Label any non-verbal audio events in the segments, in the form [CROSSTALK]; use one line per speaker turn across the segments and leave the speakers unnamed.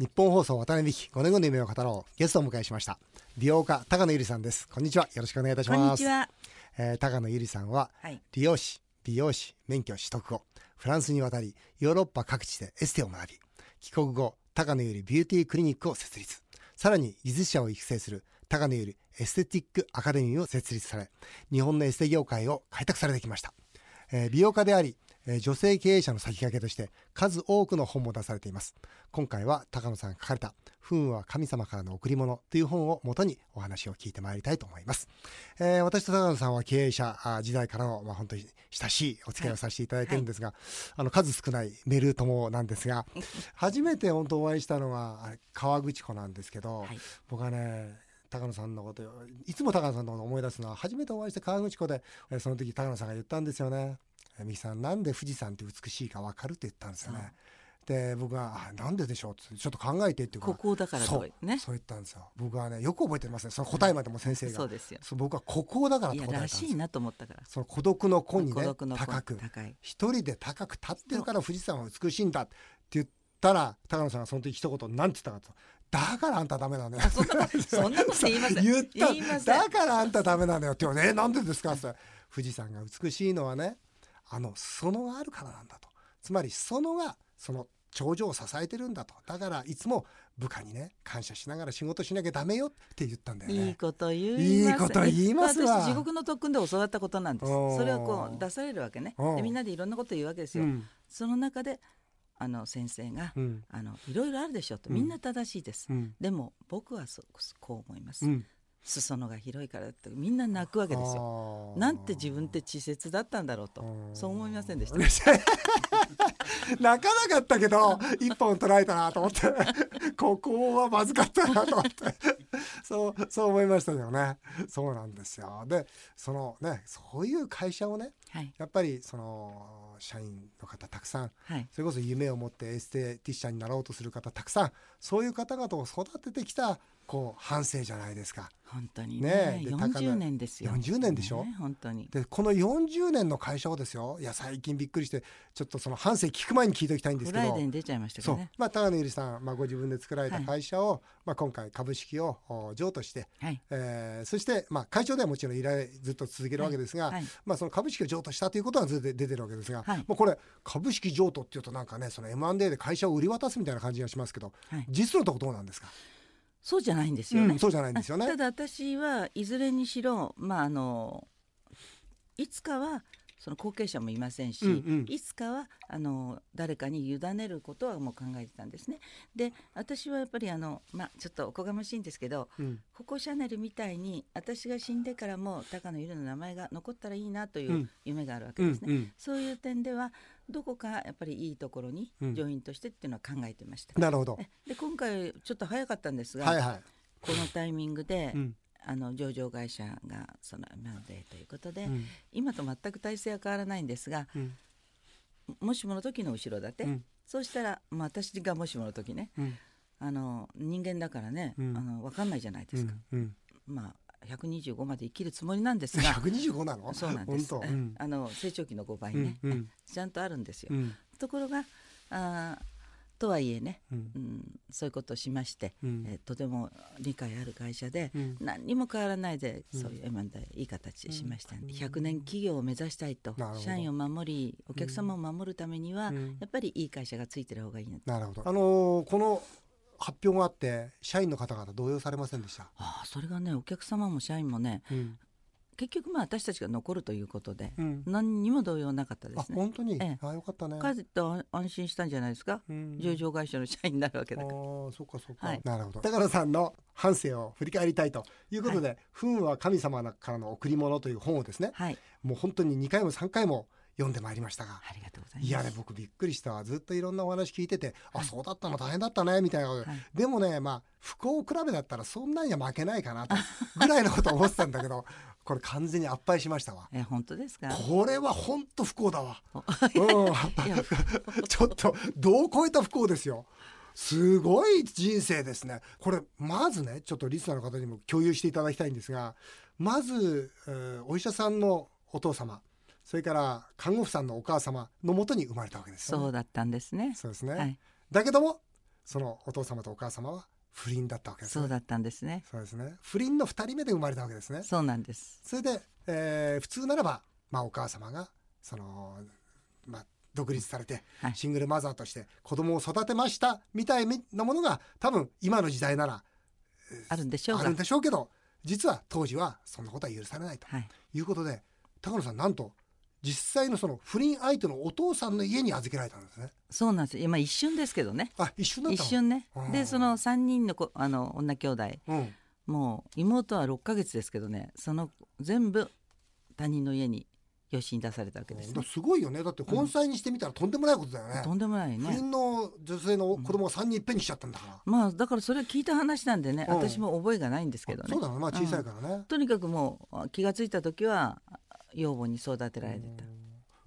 日本放送渡辺美希5年後の夢を語ろうゲストをお迎えしました美容家高野ゆりさんですこんにちはよろしくお願いいたし
こん
ま
に
す
ちは。
えー高野ゆりさんは
はい。
理容師美容師免許取得後フランスに渡りヨーロッパ各地でエステを学び帰国後高野ゆりビューティークリニックを設立さらに技術者を育成する高野ゆりエステティックアカデミーを設立され日本のエステ業界を開拓されてきました、えー美容家であり、えー女性経営者の先駆けとして数多くの本も出されています今回は高野さんが書かれた「不運は神様からの贈り物」という本をもとにお話を聞いてまいりたいと思いますえー私と高野さんは経営者あ時代からの、まあ、本当に親しいお付き合いをさせていただいてるんですが、あの数少ないメル友なんですが初めて本当お会いしたのはあれ川口湖なんですけど、
はい
僕はね高野さんのこといつも高野さんのことを思い出すのは初めてお会いした川口湖で、えーその時高野さんが言ったんですよね「えー美樹さんなんで富士山って美しいか分かる?」って言ったんですよね。で僕はあ「なんででしょう?」ってちょっと考えてっていうか
ここだから
そ
と
う
ね。
そう言ったんですよ僕はねよく覚えてますねその答えまでも先生が
そうですよ。
そう僕は孤高だからっ
い
て
や
答えたん
ら
です
しい
よ
なと思ったから。
その孤独の子に
孤
ね
独の子
高く
高い。
一人で高く立ってるから富士山は美しいんだって言ったら高野さんがその時一言なんて言ったかとだからあんたダメなんだよ
あそんなことそんなこと
[LAUGHS]
言いません。
言った
言いません。
だからあんたダメなんだよって言うねなんでですか?」って言ったら富士山が美しいのはねあの裾野があるからなんだとつまり裾野がその頂上を支えてるんだとだからいつも部下にね感謝しながら仕事しなきゃダメよって言ったんだよね。
いいこと言います。
いいこと言いますわ
私地獄の特訓で教わったことなんです。
おー
それはこう出されるわけね
お。ー
でみんなでいろんなこと言うわけです
う
よ。
ん
その中であの先生が
うん
あのいろいろあるでしょうと
うん
みんな正しいです。
うん
でも僕はそこう思います
う。ん
裾野が広いからってみんな泣くわけですよ。
よ
なんて自分って稚拙だったんだろうとそう思いませんでした。
[LAUGHS] 泣かなかったけど一本取られたなと思って [LAUGHS] ここはまずかったなと思って [LAUGHS] そうそう思いましたよねそうなんですよでそのねそういう会社をね
はい
やっぱりその社員の方たくさん
はい
それこそ夢を持ってエステティシャンになろうとする方たくさんそういう方々を育ててきたこう反省じゃないですか
本当に
ね
ね
えで高
40
菜
年ですよ
40年でしょ
ね本当に
でこの40年の会社をですよいや最近びっくりしてちょっとその反省聞く前に聞いておきたいんです
フ
け
ライデ
ど
ーに出ちゃいましたか
そ
ら
う
ね
まあ、高野ゆりさん、まあ、ご自分で作られた
はい
会社を、まあ、今回株式をお譲渡して、
はい
えーそして、まあ、会長ではもちろん依頼ずっと続けるわけですが、
はい
まあ、その株式を譲渡したということはずっと出てるわけですが、
はい
もうこれ株式譲渡っていうとなんかねその M&A で会社を売り渡すみたいな感じがしますけど
はい
実のとこどうなんですか、
そうじゃないんですよね、
うんそうじゃないんですよね
あた。だ私はいずれにしろまああのいつかはその後継者もいませんし、
うんうん
いつかはあの誰かに委ねることはもう考えてたんですね。で私はやっぱりあの、まあ、ちょっとおこがましいんですけど
うん
ココシャネルみたいに私が死んでからも高野ゆるの名前が残ったらいいなとい
うん
う夢があるわけ
う
ですね
ん。うん
そういう点ではどこかやっぱりいいところに
うん
ジョインとしてっていうのは考えてました。
なるほど。
えで今回ちょっと早かったんですが、
はいはい。
このタイミングで、
うん
あの上場会社がそのマンデーということで、
うん
今と全く体制は変わらないんですが
うん
もしもの時の後ろ盾、
うん
そうしたら、まあ、私がもしもの時ね
うん
あの人間だからね、
うん
あの分かんないじゃないですか、
うん
まあ125まで生きるつもりなんです [LAUGHS] が
125なの
そうなんです、
本当うん
あの成長期の5倍
う
ね
ん、うん
ちゃんとあるんですよ
う。ん
ところがあーとはいえね、
うん
うん、そういうことをしまして、
うん
えーとても理解ある会社で、
うん
何にも変わらないで、
うん
そういう M&A いい形でしましたんで、
うん
100年企業を目指したいと
なるほど
社員を守りお客様を守るためには、
うん
やっぱりいい会社がついてる方がいいな
なるほど。あのーこの発表があって社員の方々動揺されませんでした。
ああそれがねお客様も社員もね
うん。
結局まあ私たちが残るということで、
うん。
何にも動揺なかったで
あ
すね。
本当に。
ええ
あよかったね。
かえって安安心したんじゃないですか、
うん
上場会社の社員になるわけ
あ
だから。
ーそっかそっか、
はい
なるほど高野さんの反省を振り返りたいということで「不運は神様からの贈り物」という本をですね
はい
もう本当に2回も3回も読んでまいりましたが
ありがとうございます。
いやね僕びっくりしたずっといろんなお話聞いてて、
は
あ
い
そうだったの大変だったねみたいなことで、
はい
でもねまあ不幸比べだったらそんなんには負けないかなと [LAUGHS] ぐらいのことを思ってたんだけどこれ完全に圧敗しましたわ。
え本当ですか。
これは本当不幸だわ。う
お
ん
[LAUGHS] いや
[LAUGHS] ちょっとどう超えた不幸ですよ。すごい人生ですね。これまずねちょっとリスナーの方にも共有していただきたいんですがまず、えーお医者さんのお父様それから看護婦さんのお母様のもとに生まれたわけですよ
そ
ね、
うだったんですね。
そうですね、
はい。
だけどもそのお父様とお母様は不倫だったわけですね
そうだったんですね
そうですね不倫の2人目で生まれたわけですね
そうなんです
それで、えー普通ならば、まあ、お母様がその、まあ、独立されて
はい
シングルマザーとして子供を育てましたみたいなものが多分今の時代なら
あるんでしょう
あ
が
るんでしょうけど実は当時はそんなことは許されないと
はい
いうことで高野さんなんと実際のその不倫相手のお父さんの家に預けられたんですね。
そうなんです今一瞬ですけどね
あ一瞬だっ
一
たの
瞬ね
うん
でその3人の子あの女兄弟
うん、
もう妹は6ヶ月ですけどねその全部他人の家に養子に出されたわけで
だ
すね
からすごいよねだって本妻にしてみたらとんでもないことだよね。
とんでもない
不
ね
倫の女性の子供を3人いっぺんにしちゃったんだから。
まあだからそれは聞いた話なんでね
うん
私も覚えがないんですけど
そう
ね
だろうな、まあ、小さいからね。
とにかくもう気がついた時は養母に育てられてた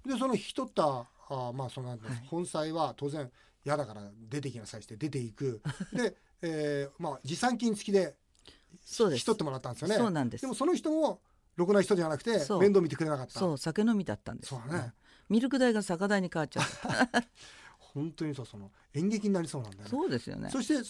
うんでその引き取ったあーまあそのなんていうの
はい
本妻は当然嫌だから出てきなさいして出てい
[LAUGHS]
くで、えーまあ、持参金付きで
そう
引
で
き
す
取ってもらったんですよね
そうなんです
もその人もろくな人じゃなくて
そう
面倒見てくれなかった
そう酒飲みだったんです
そうだね
ミルク代が酒代に変わっちゃった
本当にそうその演劇になりそうなんだよね
そうですよね
そして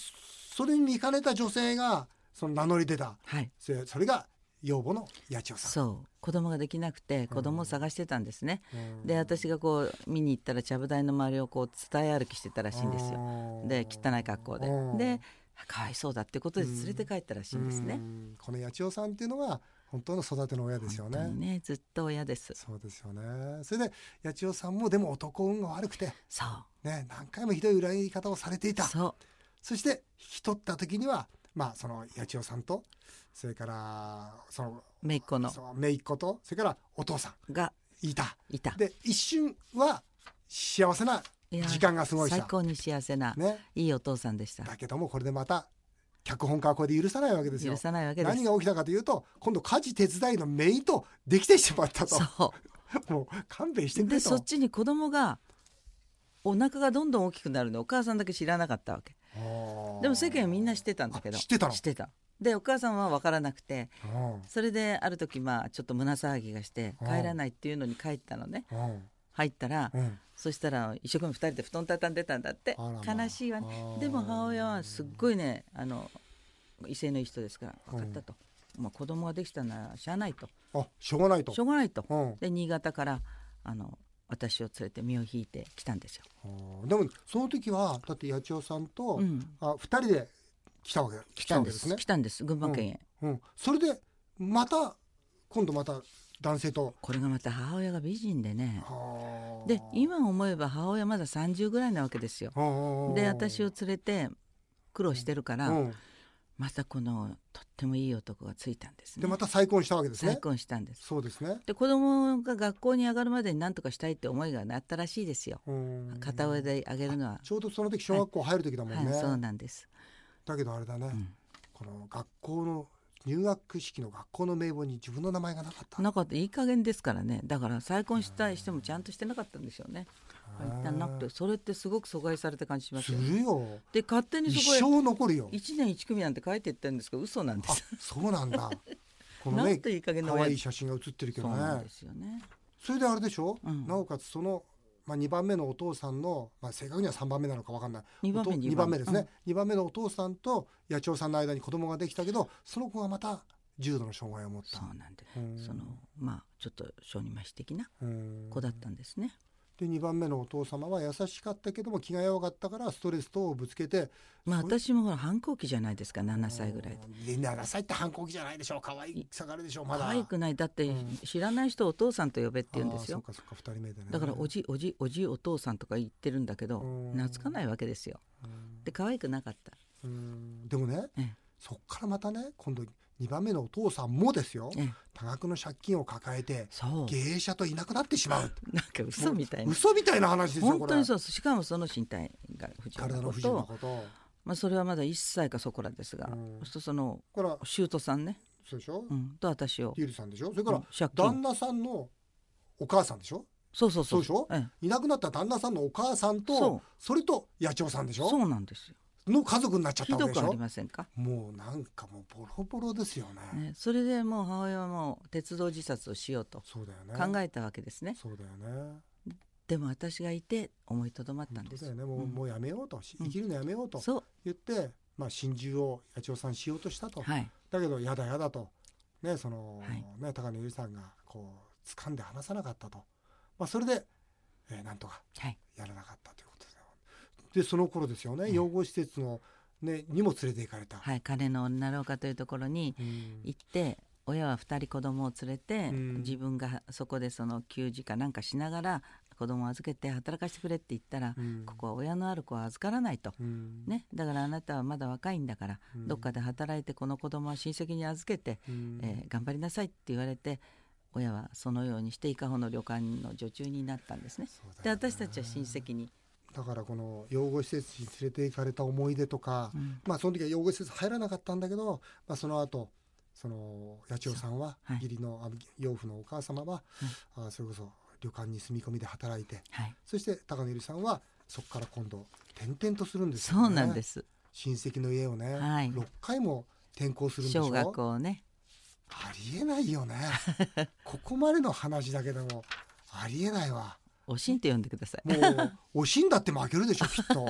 それに見かねた女性がその名乗り出た
はい
それそれが養母の八千代さん
そう子供ができなくて子供を探してたんですね、
うん
で私がこう見に行ったらちゃぶ台の周りをこう伝え歩きしてたらしいんですよ
よ
で汚い格好ででかわいそうだってことで連れて帰ったらしいんです
う
ね
んこの八千代さんっていうのが本当の育ての親ですよ
本当に
ね。
ねずっと親です
そうですよね。それで八千代さんもでも男運が悪くて
そう
ね何回もひどい裏切り方をされていた。そ
そう
して引き取った時にはまあその八千代さんとそれからその
姪っ子の
その姪っ子とそれからお父さ
が
んいた。
いた
で一瞬は幸せない
や
時間が過ごし
最
た。
高に幸せな、
ね。
いいお父さんでした
だけどもこれでまた脚本家はこれで許さないわけですよ
許。さないわけで
何
す
が起きたかというと今度家事手伝いのメイとできてしまったと
そ
もう勘弁して
う
くれ
で
と
そっちに子供がお腹がどんどん大きくなるのお母さんだけ知らなかったわけ
あー
でも世間はみんな知ってたんだけど
あ知ってたの
知ってたでお母さんは分からなくて
うん
それである時まあちょっと胸騒ぎがして
うん
帰らないっていうのに帰ったのね
うん
入ったら
うん
そしたら一生懸命2人で布団畳んでたんだって
あらまあ
悲しいわね
あー
でも母親はすっごいねあの威勢のいい人ですから
うん
分かったと、まあ、子供ができたならしゃあないと
あしょうがないと
しょうがないと
うん
で新潟からあの私を連れて身を引いてきたんですよ。
あーでもその時はだって八千代さんと、
うん、
あ二人で来たわけ
来たんで
わけ
す来たんです群馬県へ、
うんそれでまた今度また男性と
これがまた母親が美人でね
あー
で今思えば母親まだ30ぐらいなわけですよ。
あー
で私を連れて苦労してるから、
うん
またこのとってもいい男がついたんですね。
でまた再婚したわけですね
再婚したんです。
そうですね
で子供が学校に上がるまでに何とかしたいって思いがなったらしいですよ。
うん
片親であげるのは、
ちょうどその時小学校入る時だもん
は
ね、
い、そうなんです。
だけどあれだね、
ん
この学校の入学式の学校の名簿に自分の名前がなかった
なんかいい加減ですからねだから再婚したいしてもちゃんとしてなかったんですよね一旦なくてそれってすごく阻害された感じしますすよね
るよ
で勝手に
一
そこ
生残るよ
へ1年1組なんて書いていったんですけど嘘なんで
あ
す
そうなん
[LAUGHS]
だこの
な
ね
んていい加減な
可
親
愛い
です
写真が写ってるけ
そ
ど
うなん
ね
ですよね
それであれでしょ、
うん
なおかつその、まあ、2番目のお父さんの、まあ、正確には3番目なのか分かんない
2番
お
目
と
二
番目ですね、二2番目のお父さんと八千代さんの間に子供ができたけどその子がまた重度の障害を持っ
うんそ
た
うなんで
うん
そのまあちょっと小児麻痺的な
うん
子だったんですね
で2番目のお父様は優しかったけども気が弱かったからストレス等をぶつけて
まあ
それ
私もほら反抗期じゃないですか7歳ぐらいで
で7歳って反抗期じゃないでしょう可愛い下がるでしょうまだ
可愛くないだって
うん
知らない人をお父さんと呼べって言うんです
あ
よ
ーそうかそうか2人目でね
だからおじおじおじお父さんとか言ってるんだけど
うん
懐かないわけですよ
うん
で可愛くなかった
うんでもね、
ええ
そっからまたね今度2番目のお父さんもですよ
ええ
多額の借金を抱えて
そう
芸者といなくなってしまう
なんか嘘みたいな
嘘みたいな話ですよ
本
これ
当にそうしかもその身体が不自
体
由な
の
こ
不自由な
と
こと
まあ、それはまだ1歳かそこらですが、
うん
そうするとその
これは
舅さんね、
そうでしょ、
うん、と私を、
ゆりさんでしょそれから
うん
旦
借金
那さんのお母さんでしょ
そうそうそう
そうでしょ
ええ
いなくなった旦那さんのお母さんと
そ
それと八千代さんでし
そ
ょ
うなんですよ
の家族になっちゃっ
ひ
たわ
ど
けでし
くあ
ょ
りませんか、
もうなんかもうボロボロですよね
ね、それでもう母親はもう鉄道自殺をしようと
そうだよね
考えたわけですね
そうだよね
でも私がいて思いとどまった
本
んで
当
す
だよねもう,、
うん
もうやめようとし
うん
生きるのやめようと
そ
言って、まあ、心中を八千代さんしようとしたと、
うはい
だけどやだやだと、ねその
はい
ね、高野由里さんがこう掴んで離さなかったと、まあ、それで、えーなんとか
はい
やらなかったということですよでその頃ですよね、
うん
養護施設の、ね、にも連れて行かれた。
はい金の女ろうかというところに
うん
行って親は2人子供を連れて、
うん
自分がそこでその給仕かなんかしながら子供を預けて働かせてくれって言ったら、
うん
ここは親のある子は預からないと、
うん
ね、だからあなたはまだ若いんだから、
うん
どっかで働いてこの子供は親戚に預けて、
うん
えー頑張りなさいって言われて親はそのようにして伊香保の旅館の女中になったんですね。
そうだよ
で
ね
私たちは親戚に、
だからこの養護施設に連れて行かれた思い出とか、
うん
まあ、その時は養護施設入らなかったんだけど、まあ、その後その八千代さんは、
そうはい
義理のあ養父のお母様は、あそれこそ旅館に住み込みで働いて
はい、
そして高野由里さんはそこから今度転々とするんですよね
そうなんです、
親戚の家をね、
はい
6回も転校するんでしょ
小学校をね
ありえない
[LAUGHS]
よねここまでの話だけでもありえないわ
おしんと呼んでください。 [LAUGHS]
もう惜しんだって負けるでしょきっと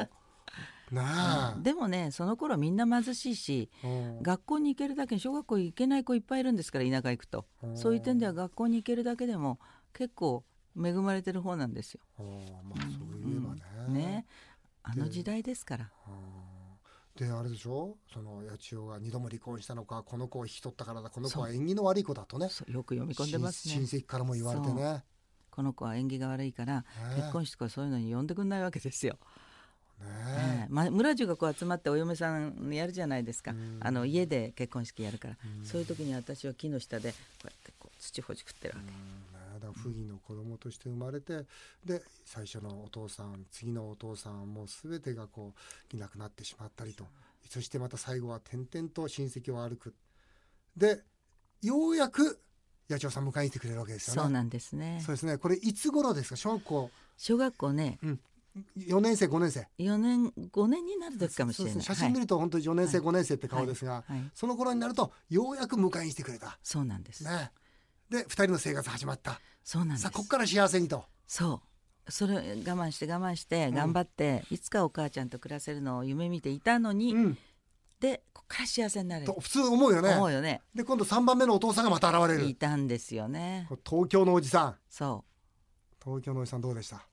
なあ、
でもねその頃みんな貧しいし
うん
学校に行けるだけ小学校行けない子いっぱいいるんですから田舎行くと
うん
そういう点では学校に行けるだけでも結構恵まれてる方なんですよ。
あーまあそういえばね,、
うんねあの時代ですから
うんであれでしょその八千代が2度も離婚したのかこの子を引き取ったからだこの子は縁起の悪い子だとね
そうよく読み込んでます
親
ね
親戚からも言われてね
この子は縁起が悪いから
ね
結婚式とかそういうのに呼んでくんないわけですよ。はい
ね
まあ、村中がこう集まってお嫁さんやるじゃないですか
うん
あの家で結婚式やるから
うん
そういう時に私は木の下でこうやってこう土ほじくってるわ
うん
け。
ねだから不義の子供として生まれてで最初のお父さん次のお父さんもう全てがこういなくなってしまったりとそしてまた最後は転々と親戚を歩くでようやく八千代さん迎えに来てくれるわけですよね。
そうなんですね
そうですね。これいつ頃ですか？小学校
小学校ね
4年生5年生
4年5年になる時かもし
そう
れ
で
な
す
い
ね。写真見ると本当に4年生、
は
5年生って顔ですが、
はいはい、
その頃になるとようやく迎えに来てくれた。
そうなんです、
ね。で2人の生活始まった。
そうなんです
さあここから幸せにと。
そうそれ我慢して我慢して
ん
頑張って、いつかお母ちゃんと暮らせるのを夢見ていたのに、
うん。
でここから幸せになれる
と普通思うよね。
思うよね
で今度3番目のお父さんがまた現れ
い
る。
たんですよね
これ東京のおじさん。
そう
東京のおじさんどうでした？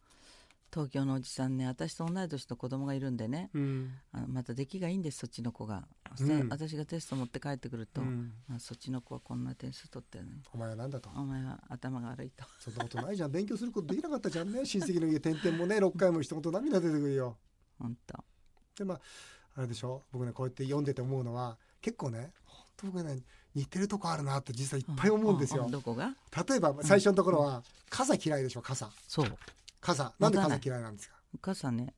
東京のおじさんね私と同い年の子供がいるんでね
うん。
あのまた出来がいいんですそっちの子が、
うん
で私がテスト持って帰ってくると、
うん
まあ、そっちの子はこんな点数取ってるのに
お前はなんだと。
お前は頭が悪いと [LAUGHS]
そんなことないじゃん。勉強することできなかったじゃんね。親戚の家転々 [LAUGHS] もね6回も一言涙出てくるよ。
本当
でまああれでしょ僕ねこうやって読んでて思うのは結構ね本当僕ね似てるとこあるなって実際いっぱい思うんですよ。
どこが
例えば最初のところは、傘嫌いでしょ傘
そう
傘なんで
持たな
傘
い
嫌いなんですか、
傘ね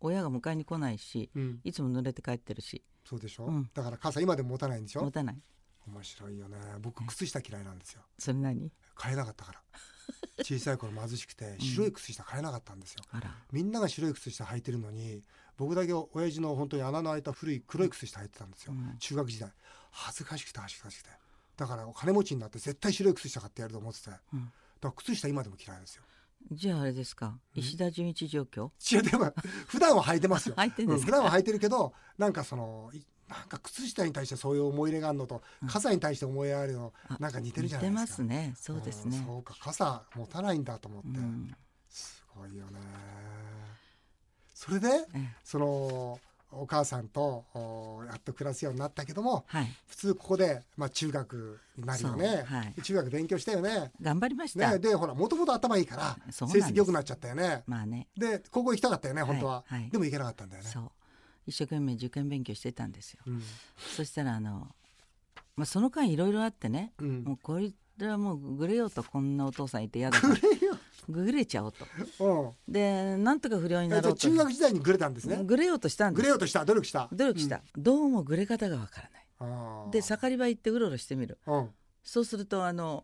親が迎えに来ないし
うん、
いつも濡れて帰ってるし
そうでしょ、
うん
だから傘今でも持たないんでし
持
ょ
たない
面白いよね僕靴下嫌いなんですよ
それ何
買えなかったから
[LAUGHS]
小さい頃貧しくて白い靴下買えなかったんですよ、
あら
みんなが白い靴下履いてるのに僕だけ親父の本当に穴の開いた古い黒い靴下履いてたんですよ、
うん
中学時代恥ずかしくて恥ずかしくてだからお金持ちになって絶対白い靴下買ってやると思っててだか
うん
ら靴下今でも嫌いですよ
じゃああれですか石田純一状況
いやでも普段は履いてますよ、
入ってんで
うん
す
普
か
段は履いてるけどなんかそのいなんか靴下に対してそういう思い入れがあるのと傘に対して思い入れがあるの
あ
なんか似てるじゃ
似
ないで
てますす
か
ねそうです
ん
ね
そうか傘持たないんだと思って、
うん
すごいよねそれで
ええ
そのお母さんとおやっと暮らすようになったけども
はい
普通ここで、まあ、中学になるよ
そう
ね、
はい
中学勉強したよね
頑張りました
ねでほらもともと頭いいから成
そうなんです
績良くなっちゃったよね
まあね
で高校行きたかったよね
はい
本当は、
はい
でも行けなかったんだよね
そう一生懸命受験勉強してたんですよ
うん
そしたらあのまあその間いろいろあってね
うん
もうこれはもうグレようとこんなお父さんいて嫌だと
ぐれよ
グレちゃおうと
うん
でなんとか不良に
え
な
じ
ろ
ゃあ
うと
中学時代にぐれたんですね
グレようとしたん
ぐれ
です
ようとした努力した
努力した、どうもグレ方がわからない
うん
で盛り場行ってうろうろしてみる
うん
そうするとあの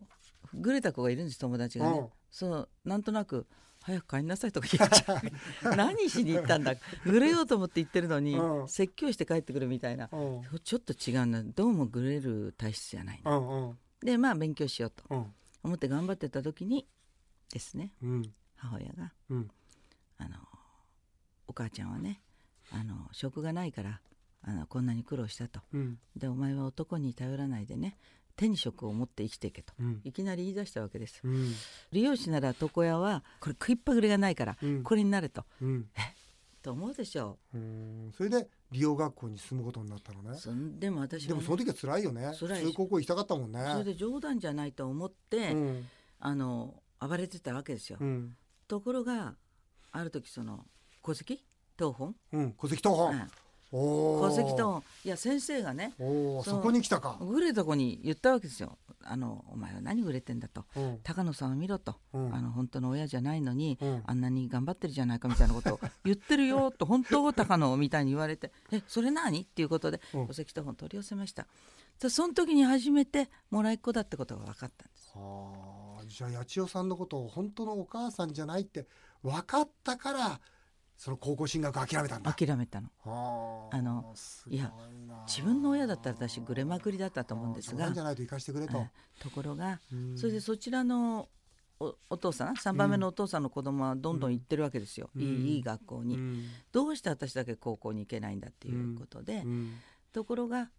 グレた子がいるんです友達が
う
ね
ん
そうなんとなく「早く帰りなさい」とか言っちゃ
[LAUGHS]
う何しに行ったんだグレようと思って行ってるのに、
うん
説教して帰ってくるみたいな、
うん
ちょっと違うなどうもグレる体質じゃないな
うんうん
でまあ勉強しようと
うん
思って頑張ってた時にですね
うん
母親が
うん
あのお母ちゃんはねあの職がないからあのこんなに苦労したと
うん
でお前は男に頼らないでね手に職を持って生きていけと
うん
いきなり言い出したわけです
うん
理容師なら床屋はこれ食いっぱぐれがないから
うん
これになると、
うん
と思うでしょ
うんそれで利用学校に進むことになったのね
うそんでも私
で
は
も
ね、
その時は辛いよね普
辛い
通高校行きたかったもんね
それで冗談じゃないと思って、
うん
あの暴れてたわけですよ、
うん
ところがある時その戸籍謄本、
うん戸籍謄
う
本
ん
おお
戸籍謄本いや先生がね
おお
そう
そこに来たか
グレた子に言ったわけですよあのお前は何グレてんだと
うん
高野さんを見ろと、
うん
あの本当の親じゃないのに、
うん
あんなに頑張ってるじゃないかみたいなことを [LAUGHS] 言ってるよと本当高野みたいに言われて「えそれ何?」っていうことで
うん
戸籍謄本取り寄せましたでその時に初めてもらいっ子だってことが分かったんです
はあじゃあ八千代さんのことを本当のお母さんじゃないって分かったからその高校進学諦めたんだ
諦めたの
はあ
あの
すごい
いや
な
自分の親だったら私グレまくりだったと思うんです
冗
が
談じゃないと生かしてくれと
ええところが
うん
それでそちらのおお父さん3番目のお父さんの子供はどんどん行ってるわけですよ、
うん
い
うん
いいい学校に、
うん
どうして私だけ高校に行けないんだっていうことで、
うん
ところが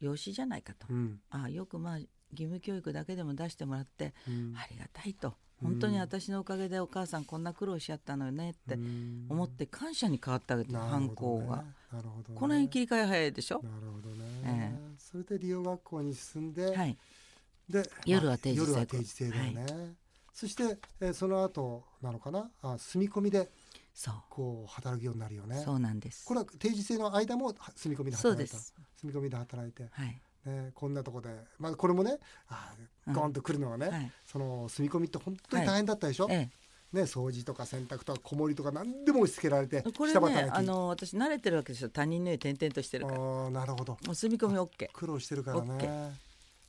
養子じゃないかと、
うん
ああよくまあ義務教育だけでも出してもらって、
うん
ありがたいと
うん
本当に私のおかげでお母さんこんな苦労しちゃったのよねって
うん
思って感謝に変わったわけです、
なる
反
ほ
抗
どね
が、
なるほどね
この辺切り替え早いでしょ、
なるほどね、
え
それで利用学校に進んで、
はい
で
夜は定時
夜
制
は定時制だよね、そして、えーその後なのかなあ住み込みで
そう
こう働くようになるよね
そうなんです
これは定時制の間もは住み込みで
そう
働
で
いた
す
住み込みで働いて、
はい
ね、こんなとこで、まあ、これもねあーゴンと来るのはね、
はい
その住み込みって本当に大変だったでしょ、
え
ね、掃除とか洗濯とか子守とか何でも押し付けられて
え、 [LAUGHS] これ
下
ね
働き
あの私慣れてるわけですよ他人の家転々としてるからも
あーなるほど
う住み込み OK
苦労してるから
オッケ
ね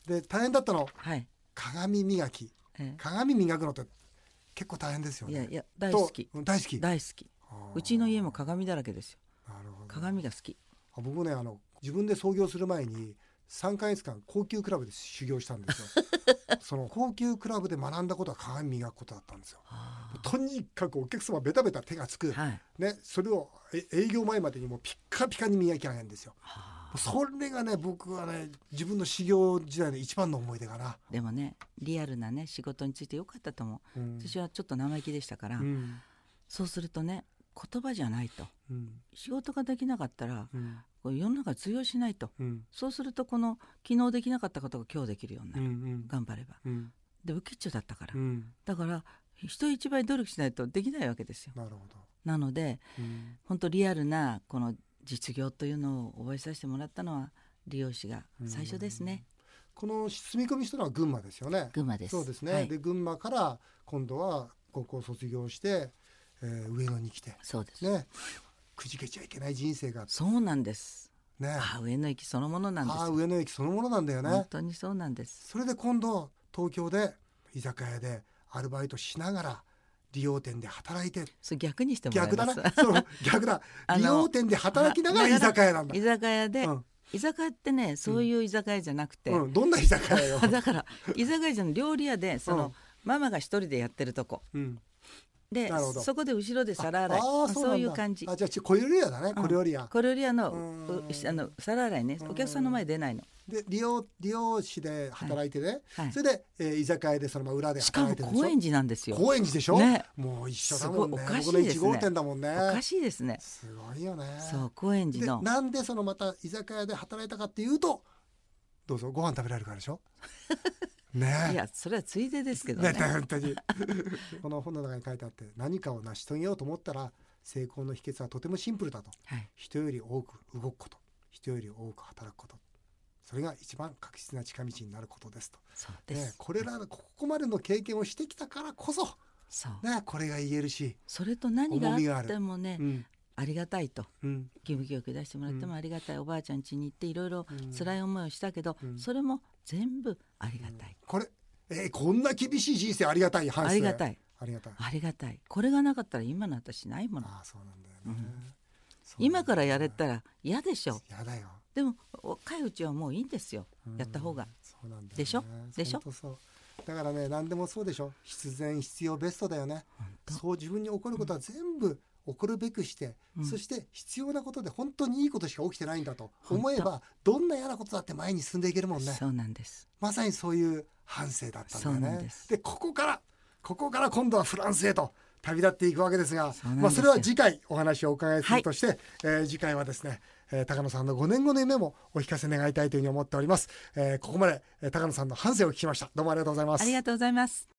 で大変だったの
はい、
鏡磨き
え
鏡磨くのって結構大変ですよ
え、
ね
いやいや大好き
とうん大好き
大好き
あー
うちの家も鏡だらけですよ
なるほど
鏡が好き
あ僕ねあの自分で創業する前に3ヶ月間高級クラブで修行したんです
[LAUGHS]
よその高級クラブで学んだことは鏡磨くことだったんですよ
は
とにかくお客様ベタベタ手がつく、
いは
ね、それをえ営業前までにもうピッカピカに磨き上げるんですよ
あ
それがね僕はね自分の修行時代の一番の思い出かな、
でもねリアルなね仕事についてよかったと思う
うん
私はちょっと生意気でしたから、
うん
そうするとね言葉じゃないと
うん
仕事ができなかったら
うん
これ世の中通用しないと
うん
そうするとこの昨日できなかったことが今日できるようにな
う
る、
ん
頑張れば
うん
で受けっちょだったから、
うん
だから人一倍努力しないとできないわけですよ
なるほど、
なので
うん
本当リアルなこの実業というのを覚えさせてもらったのは利用師が最初ですね、
この住み込みしたのは群馬ですよね
群馬です
そうですね、
はい
で群馬から今度は高校卒業して、えー上野に来て
そうです、
ねくじけちゃいけない人生が
そうなんです
ね
あ上野駅そのものなんです
ああ上野駅そのものなんだよ
本
ね
当にそうなんです
それで今度東京で居酒屋でアルバイトしながら利用店で働いて
それ逆にしてもらい
逆だ
ま
な
す
そう逆だ
あの
利用店で働きながら居酒屋なんだ
[LAUGHS] 居酒屋で、
うん
居酒屋ってねそういう居酒屋じゃなくて、
うん、どんな居酒屋
[LAUGHS]
よ
だから居酒屋じゃない料理屋でその、
うん
ママが一人でやってるとこ
うん
で
なるほど
そこで後ろで皿洗い
あ
そ
あ
う
そうなんだ
いう感じ
あじゃあち小料理屋だね
うん
小料理屋、
小料理屋の
う
うんあの皿洗いね
うん
お客さんの前出ないの、
で利用利用師で働いてね、
はい、
それで、えー居酒屋でそのまま裏で
しか
働
も
いてる
高円寺なんですよ
高円寺でしょ、
ね
もう一緒だもんね
すごいおかしい
僕の
です
1
ね
号店だもんね
おかしいですね
すごいよね
そう高円
で
寺の
なんでそのまた居酒屋で働いたかっていうとどうぞご飯食べられるからで
[LAUGHS]
しょねえ
いやそれはついでですけど
ね
ね
本当にこの本の中に書いてあって何かを成し遂げようと思ったら成功の秘訣はとてもシンプルだと
はい、
人より多く動くこと人より多く働くことそれが一番確実な近道になることですと
そうです、
ね、これらのここまでの経験をしてきたからこそ、
そう
ね、これが言えるし、
それと何が
重みがあ
あ
る
ってもね
うん
ありがたいと
うん
義務教育出してもらってもありがたい、おばあちゃん家に行っていろいろ
うん
辛い思いをしたけど、
うん
それも全部ありがたい、
これえーこんな厳しい人生ありがたい反省
ありがた
い
い
ありがたい
ありがたいこれがなかったら今の私ないもの
ああそうなんだよね、そうなんだよね
今からやれたら嫌でしょ
やだよ
でも若いうちはもういいんですよやった方が
うんそうなんだよね
でしょでしょ
本当そうだからね何でもそうでしょ必然必要ベストだよね
当
そう自分に起こることは全部起こるべくして、
うん
そして必要なことで本当にいいことしか起きてないんだと
本当
思えばどんな嫌なことだって前に進んでいけるもんね
そうなんです
まさにそういう反省だったんだよ
そうなん
ね
です
でここからここから今度はフランスへと旅立っていくわけですが
そうなんですよ
まあ、それは次回お話をお伺いするとして、えー次回はですね、えー高野さんの5年後の夢もお聞かせ願いたいというふうに思っております、えーここまで、えー高野さんの反省を聞きましたどうもありがとうございます
ありがとうございます